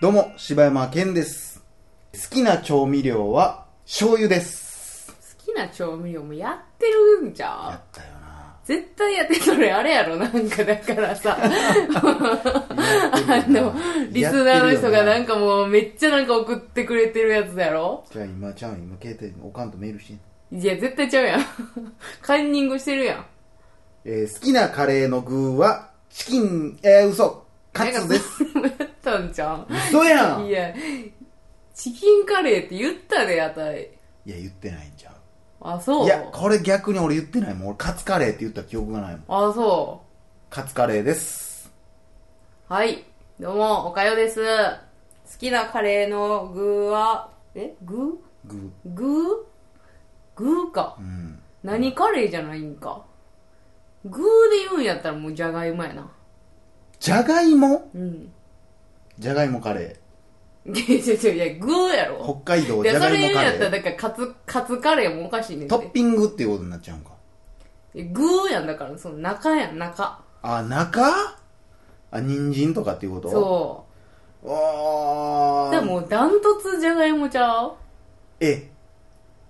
どうも、柴山健です。好きな調味料は醤油 です。好きな調味料もやってるんじゃやんったよな。絶対やってそれあれやろなんかだから さああのリスナーの人がなんか。かもうめっちゃなんか送ってくれてるやつやろじゃあ今ちゃん、今携帯におかんとメールしてん。いや絶対ちゃうやん カンニングしてるやんえー好きなカレーの具はチキン、えー、嘘。カツです。すやったんじゃん嘘やんいいや、やチキンカレーって言ったでやたい言ってないんじゃん。あそういや、これ逆に俺言ってないもん。俺、カツカレーって言った記憶がないもん。あそカツカレーです。うはいどうもおかよです好きなカレーの具はえ具グ具具かー。うん。何カレーじゃないんか具で言うんやったらもうじゃがいもやなじゃがいもうんじゃがいもカレいやいやいやいや具やー。ろ北海道いじゃやそがれい言うもんカやレったらー。だからカツカツカレーもおかしいねんトッてピングっていうことになっちゃうんか。具やんだからその中やん中あ、中あ、人参とかっていうこと。そうおー。で、もダントツじゃがいもちゃうえ、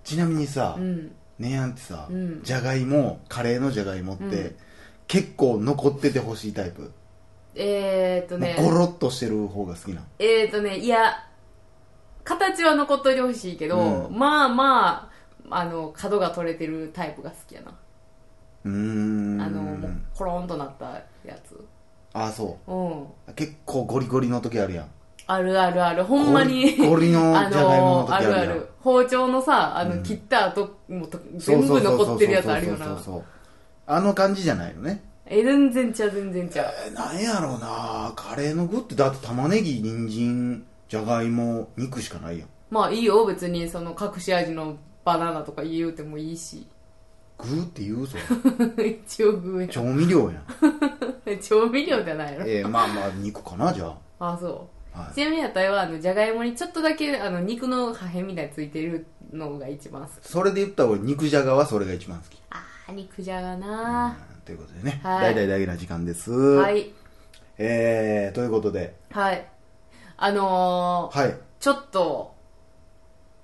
ちなみにさう、んねやんってさうん、じゃがいも、カレーのじゃがいもっうて、結構残っててほしいタイプ。えー、っとねもうゴロっとしてる方が好きなの。えー、っとねいや形は残っといてほしいけど、うまあまああの角が取れてるタイプが好きやなうーん。あのもうコロンとなったやつあ、そうんう。結構ゴリゴリの時あるやん。あるあるあるほんまにゴリゴリの あじゃがいものの時ああるるやあん。る包丁のさあうのん切った後もとそう全そうそう部そう残ってるやつあるそようそなうそうそうあの感じじゃないのね。え全然ちゃう全然ちゃうえー、なんやろうなカレーの具ってだって玉ねぎ、人参、じゃがいも、肉しかないやん。まあいいよ別にその隠し味のバナナとか言うてもいいし具って言 うぞ。一応具や調味料やん。調味料じゃないのえー、まあまあ、肉かな、じゃあそあ。はうい。ちなみにあたいはあのじゃがいもにちょっとだけあの肉の破片みたいについてるのが一番好きそれで言ったら俺、肉じゃがはそれが一番好き。あー肉じゃがなうんということでね、はい大々大げな時間です。ははいえー、ということで、はいあのー、はい、ちょっと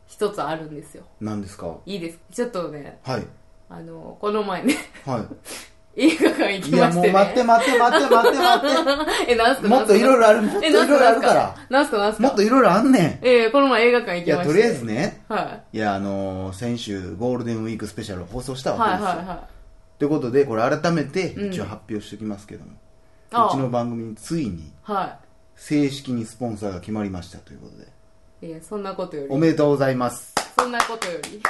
一つあるんですよ何ですかいいですちょっとね はい、あのこの前ね は映画館行い。きいや、もましうて待ってね待って待って待って 待って。 えなんすかもっといろいろある、もっとえいろないんすかろあるかなんすら。なんすかなんすかもっといろいろあんねええこの前映画館行ん。いきまや、してとりあえずね、はいや、あのー先週、ゴールデンウィークスペシャルを放送したいはいわけはですいよ。はということで、これ改めて、うん一応発表しておきますけども、ああうちの番組についに、いは正式にスポンサーが決まりましたということで、いいやそんなことよおりめでとうござい ます。そんなことより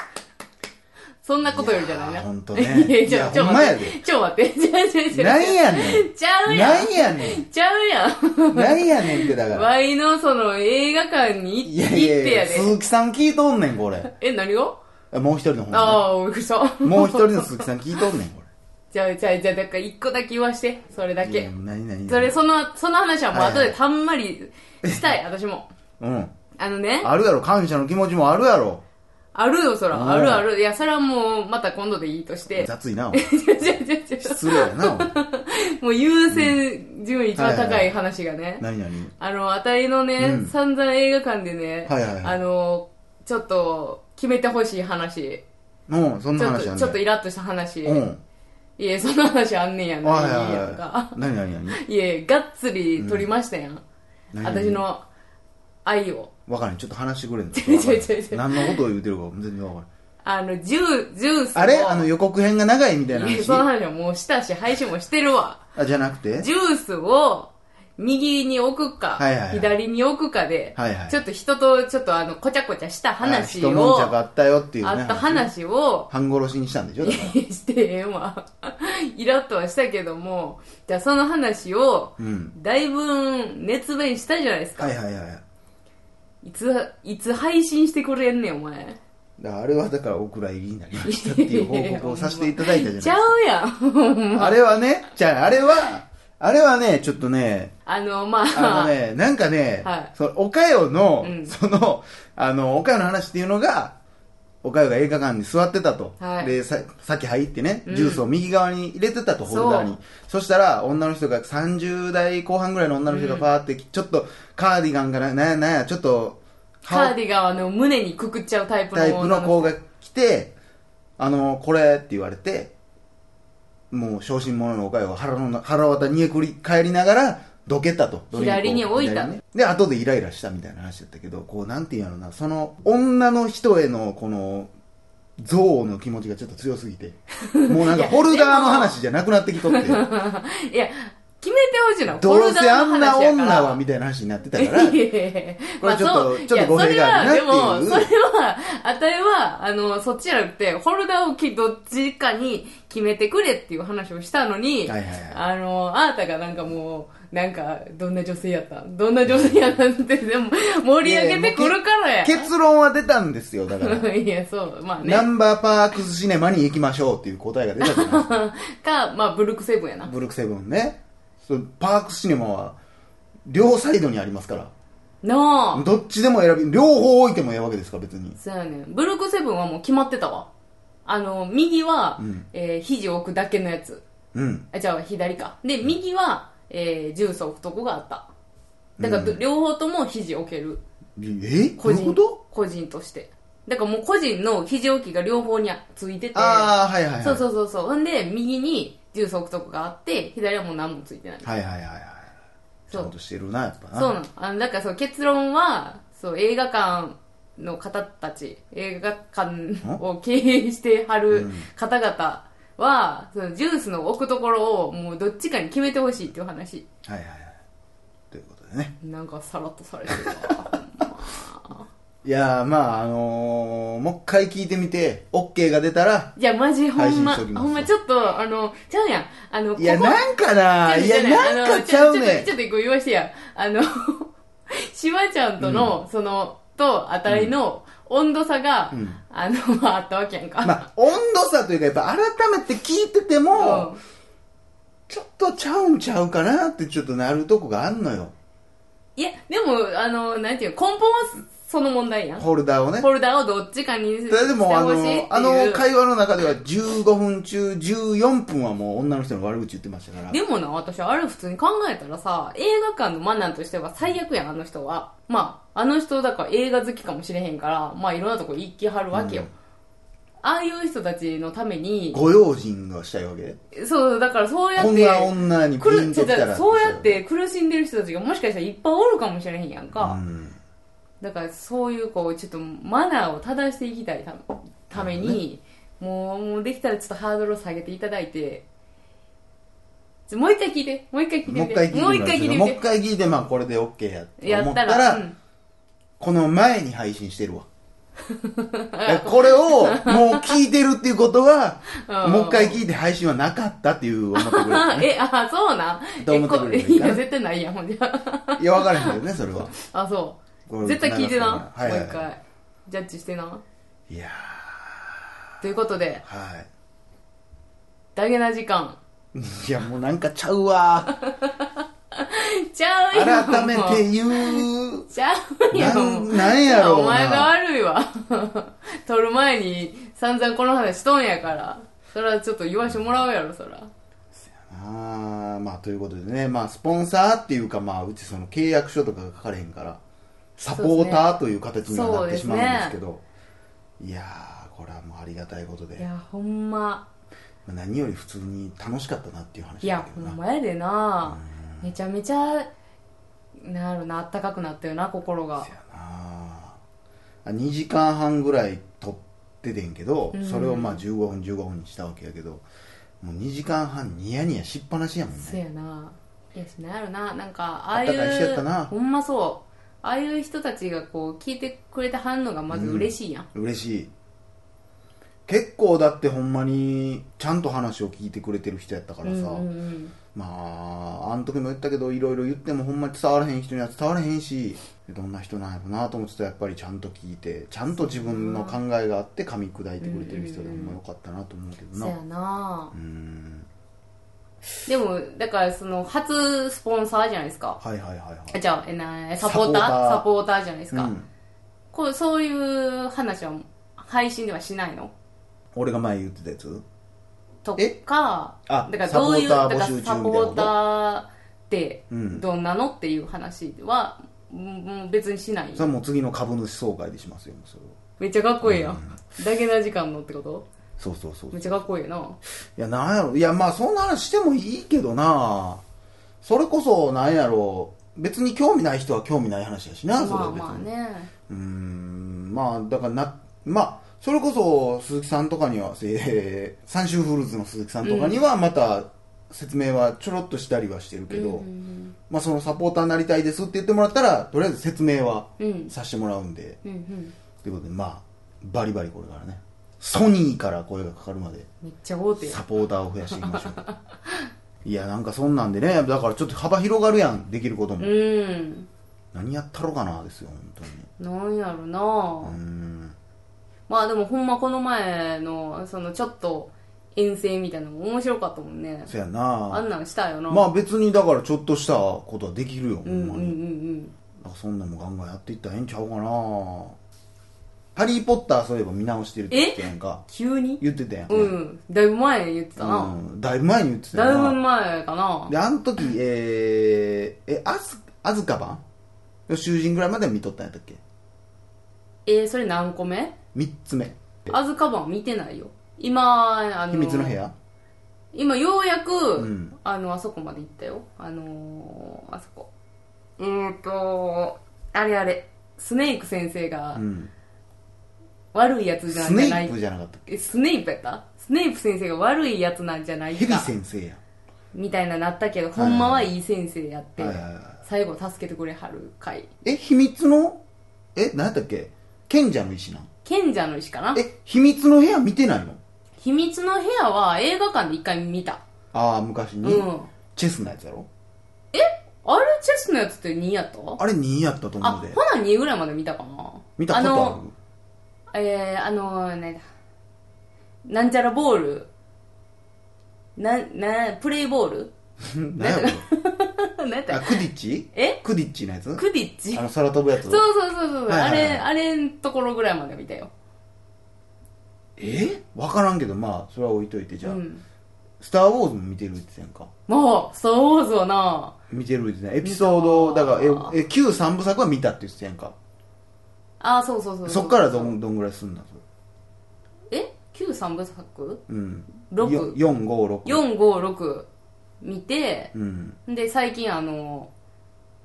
そんなことよりじゃないいなやーほんと いねやちょいやちょほんま待やっでてちょ待ってちゃうちゃうちなゃうんやねんちゃうやなんんやねんちゃうやんなんやねんってだから。ワイのその映画館にい行っやていやいやや、で鈴木さん聞いとんねん、これ。え何がもう一人の本ああびっくりしたねもう一人の鈴木さん聞いとんねん、こ じゃあじゃあじゃあだから一個だけ言わしてそれだれ。いやけ何何それそのその話はもう後はいではいたんまりし たい私もうん。あのねあるやろ、感謝の気持ちもあるやろ。あるよそうんらあるあるいやそれはもうまた今度でいいとして雑いな、お前じゃじゃじゃじゃ失礼やな、お前 もう優先順位一番はい高はいいは話がね何何あの、あたりのね、うん散々映画館でね、はいはいはいあの、ちょっと、決めてほしい話。うん、そんちなょっ話あんねと、んちょっとイラッとした話。うん。いえ、そんな話あんねんやん、ね。はいはいいやんはか。い。何何何いえ、がっつり撮りましたやん。何私。の愛を。わからん、ちょっと話してくれんの。 違う違う違う違う何のことを言うてるか全然わからん。あの、ジュー、ジュースを。あれあの予告編が長いみたいないやその話話はもうしたし、配信もしてるわ。あ、じゃなくてジュースを、右に置くか、はいはいはい左に置くかで、はいはいちょっと人と、ちょっとあの、こちゃこちゃした話あを、一悶着あったよっていうね。あった。話を、半殺しにしたんでしょだから。 してへんわ。 イラッとはしたけども、じゃあその話を、うん。だいぶ熱弁したじゃないですか。はいはいはいはい。いつ、いつ配信してくれんねん、お前。だからあれはだからお蔵入りになりましたっていう報告をさせていただいたじゃないです ちゃか。うやん、ほん まあれはね、じゃああれは、あれはね、ちょっとね、あの、まあのあ、ね、なんかね、はいその、おかよの、うんその、あの、おかよの話っていうのが、おかゆが映画館に座ってたと、はいでささっき入ってね、うんジュースを右側に入れてたとホルダーにそしたら女の人が30代後半ぐらいの女の人がうんパーって、ちょっとカーディガンからなんやなんやちょっと羽織カーディガンはね胸にくくっちゃうタイプのタイプの子が来て、あの、これって言われて、もう、小心者のおかゆを腹のな、腹渡にえくり返りながら、どけたと。左に置いた左にねで、後でイライラしたみたいな話だったけど、こう、なんていうのな、その、女の人への、この、憎悪の気持ちがちょっと強すぎ て、もうなんか、ホルダーの話じゃなくなってきとって、 いや決めてほしいのどうせあんなホルダーの話やから女はみたいな話になってたから、 いやいやいやこれちょっとまあそうちょっと語弊があるなっていうやそれはでも、それは、あたいは、あの、そっちじゃなくて、ホルダーをきどっちかに決めてくれっていう話をしたのに、はいはいはいあの、あなたがなんかもう、なんか、どんな女性やったんどんな女性やったんって、でも、盛り上げてくるからや。結論は出たんですよ、だから。 いや、そう、まあねナ。ンバーパークスシネマに行きましょうっていう答えが出たじゃない ですかか、まあ、ブルックセブンやな。ブルックセブンねそうパークシネマは両サイドにありますからなあ。どっちでも選び両方置いてもええわけですから別にそうやねんブルックセブンはもう決まってたわ。あの、右は、うんえー肘置くだけのやつ。うんあ、じゃあ左か。で、右は、えー、ジュース置くとこがあった。だから、うん両方とも肘置ける。えこ個ういう人こと個人として。だからもう個人の肘置きが両方についてて。ああはいはいはいそうそうそうそう。ほんで、右にジュース置くとこがあって、左はもう何もついてない。はいはいはいはいちそゃんうと。してるなやっぱなそうなの。あの、だからそう、結論は、そう、映画館の方たち、映画館を経営してはる方々は、そのジュースの置くところをもうどっちかに決めてほしいっていう話。はいはいはいということでねなんかさらっとされてるわいやーまああのー、もう一回聞いてみて OK が出たら いや、マジほんま、配信しときますほんまちょっと、あの、ちゃうやん。あの、いやここなんかないやなんかちゃうちょっねと、ちょっと一個言わしてや。あの、 しわちゃんとの、その、と、あたりの温度差が、うんあの、まああったわけやん か。まあ温度差というかやっぱ改めて聞いてても、うんちょっとちゃうんちゃうかなってちょっとなるとこがあんのよいや、でも、あの、なんていうの、根本はその問題やん。ホルダーをねホルダーをどっちかにしてただでもあほしいっていうのあの会話の中では15分中14分はもう女の人の悪口言ってましたからでもな、私、あれ普通に考えたらさ、映画館のマナーとしては最悪やん、あの人は。まあ、あの人だから映画好きかもしれへんから、まあ、いろんなとこ行きはるわけよ。うんああいう人たちのために、ご用心がしたいわけそう、だからそうやって、こんな女にピくるンときた違う違らうそうやって苦しんでる人たちがもしかしたらいっぱいおるかもしれへんやんうか。んだからそういうこうちょっとマナーを正していきたいたために、もうもうできたらちょっとハードルを下げていただいてちょもう一回聞いてもう一回聞いてもう一回聞いてもう一回聞いみてみもう一て回聞いてまあこれで OK やってや思っったたらら、うんこの前に配信してるわ これをもう聞いてるっていうことはうんもう一回聞いて配信はなかったっていう思ってくれる、あ えあそうなんどう思ってくれるえこいや絶対ないやんほんじゃいや分からへんけどねそれはあそこうれ絶対聞いてな、流すからはいはいもう一回ジャッジしてないやということでーはいダゲな時間いやもうなんかちゃうわち ゃうやん改めもうて言 うちゃうやんなんなんやろうなお前が悪いわ 撮る前に散々この話しとんやからそれはちょっと言わしてもらうやろそらあーまあということでねまあスポンサーっていうかまあうちその契約書とかが書かれへんからサポーターという形にはなってしまうんですけどいやーこれはもうありがたいことでいやほんままあ何より普通に楽しかったなっていう話いだやけほどなんまやでなめちゃめちゃなんやろなあったかくなったよな心がせやなあ2時間半ぐらい撮っててんけど、うんそれをまあ15分15分にしたわけやけどもう2時間半ニヤニヤしっぱなしやもんそうねやないやしなんやろななんかああいあったかい人やったうなほんまそうああいう人たちがこう聞いてくれてはんのがまず嬉しいやん、嬉しい結構だってほんまにちゃんと話を聞いてくれてる人やったからさ、うんうんうんまああの時も言ったけどいろいろ言ってもほんまに伝わらへん人には伝わらへんしどんな人なんやろなと思ってたらやっぱりちゃんと聞いてちゃんと自分の考えがあって噛み砕いてくれてる人でほんまよかったなと思うけどそうやななうんでもだからその初スポンサーじゃないですかはいはいはいはいあじゃあえなサポーターサポーターじゃないですか、うんこうそういう話は配信ではしないの俺が前言ってたやつとえか、あだからどういう、だサポーターか募ら集中みたいなことサポーターってうんどんなのっていう話は、うんもう別にしないそれ。はもう次の株主総会でしますよそれはめっちゃかっこいいやん。だけな時間のってことそうそうそうめっちゃかっこいいよな。いや、なんやろ。いや、まあ、そんな話してもいいけどな。それこそ、なんやろ。別に興味ない人は興味ない話やしな、それまはあ別に。まあね。うーん、まあ、だからな、まあ、それこそ、鈴木さんとかには、 えー、三州フルーツの鈴木さんとかには、また、説明はちょろっとしたりはしてるけど、うんまあ、そのサポーターになりたいですって言ってもらったら、とりあえず説明はうんうん。させてもらうんで、うんうん。ということで、まあ、バリバリこれからね、ソニーから声がかかるまで、めっちゃ大手やサ。ポーターを増やしていきましょう いやなんかそんなんでねだからちょっと幅広がるやんできることも、うん。何やったろかなですよ本当になんやろな、うーんまあでもほんまこの前の、そのちょっと遠征みたいなのも面白かったもんね。そやあなんなんしたよな。まあ別にだからちょっとしたことはできるよ、うんうほまんうんにんだからそんなんもガンガンやっていったらええんちゃうかな「ハリー・ポッター」そういえば見直してるって言ってたやんか急に言ってたやん、うん。だいぶ前に言ってたな。うんだいぶ前に言ってただいよなぶ前かな。であの時えー、えあずあずかばんの囚人ぐらいまで見とったんやったっけえー、それ何個目3つ目アズカバン見てないよ。今、あの、秘密の部屋今ようやく、んあの、あそこまで行ったよ。あのー、あそこ。えーと、あれあれ、スネーク先生がうん悪いやつじゃスなネいないイプじゃなかったっえ、スネイプやったスネイプ先生が悪いやつなんじゃなけいヘビか先生やみたいななったけど、ほんまはいい先生やって、はいはいは最後助けてくれはる回。え秘密のえ何やったっけ賢者の石なん賢者の石かなえ秘密の部屋見てないの秘密の部屋は映画館で一回見た。ああ昔うに、ん。チェスのやつやろあれチェスのやつって2やったあれ2位やったとあ、思うほでな2ぐらいまで見たかな見たこあとあのる、えー、あのー、なんだ。なんちゃらボール。な、な、プレイボール 何やろなんやったあクディッチえクディッチのやつクディッチあの空飛ぶやつそうそうそうそう、はいはいはいあれあれんところぐらいまで見たよえ分からんけどまあそれは置いといてじゃあ、うんスター・ウォーズ」も見てる言ってたやんかもうスター・ウォーズはな見てる言ってたやんエピソードだからええ旧三部作は見たって言ってたやんかあーそうそうそうそっからどんどんぐらいすんだそえ旧三部作れうん六456 456見てうんで最近あの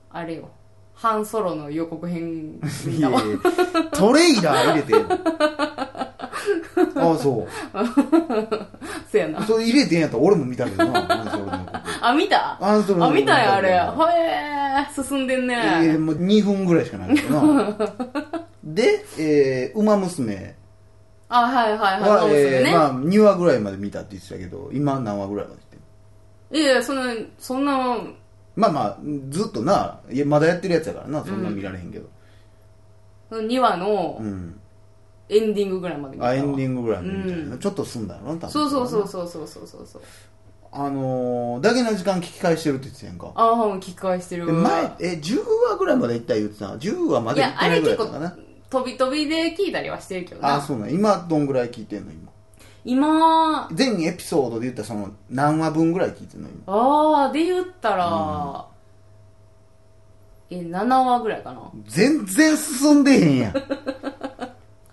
あれよハンソロの予告編見いたやいわやトレイラー入れ てよああそうそうやなそれ入れてんやったら俺も見たけどなアンソロのことあ見たアンソロのあ見たよあれはほえー進んでんいやねもう2分ぐらいしかないけど なで、えー、ウマ娘あはいはいはいは、そうですよえーね、まあ、2話ぐらいまで見たって言ってたけど今何話ぐらいまでっていやいやそんなそんなまあまあずっとないやまだやってるやつやからなそんな見られへんけど2話のうん、エンディングぐらいまで見たわあエンディングぐらいまで見たいな、うちょっと済んだろな多分そうそうそうそうそうそうそうそうあのー、だけの時間聞き返してるって言ってたやんかああもう聞き返してるで前え10話ぐらいまで行った言ってたな10話まいで行っやてあないれぐら結いだ構ったかな飛び飛びで聞いたりはしてるけどあなそうなん今どんぐらい聞いてんの今今あ全エピソードで言ったらその何話分ぐらい聞いてんの今あーで言ったら、え7話ぐらいかな全然進んでへんやん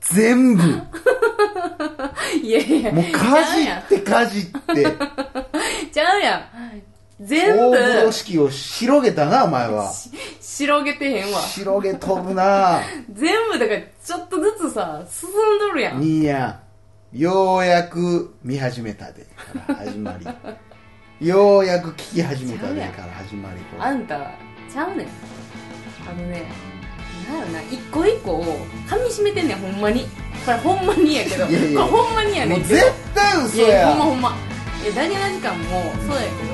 全部 いやいやもうかじちゃうやってか じってんちゃうやん全大風呂部敷を広げたなお前は広げてへんわ広げ飛ぶな全部だからちょっとずつさ進んどるやんにーやんようやく見始めたでから始ま りようやく聞き始めたでから始まりこれあんたちゃうねんあのねなんやろな一個一個を噛みしめてんねんほんまにこれほんまにやけどいやいやこれほんまにやねもんうけど絶対嘘いややほんまほんまいやダゲな時間もそうやけど、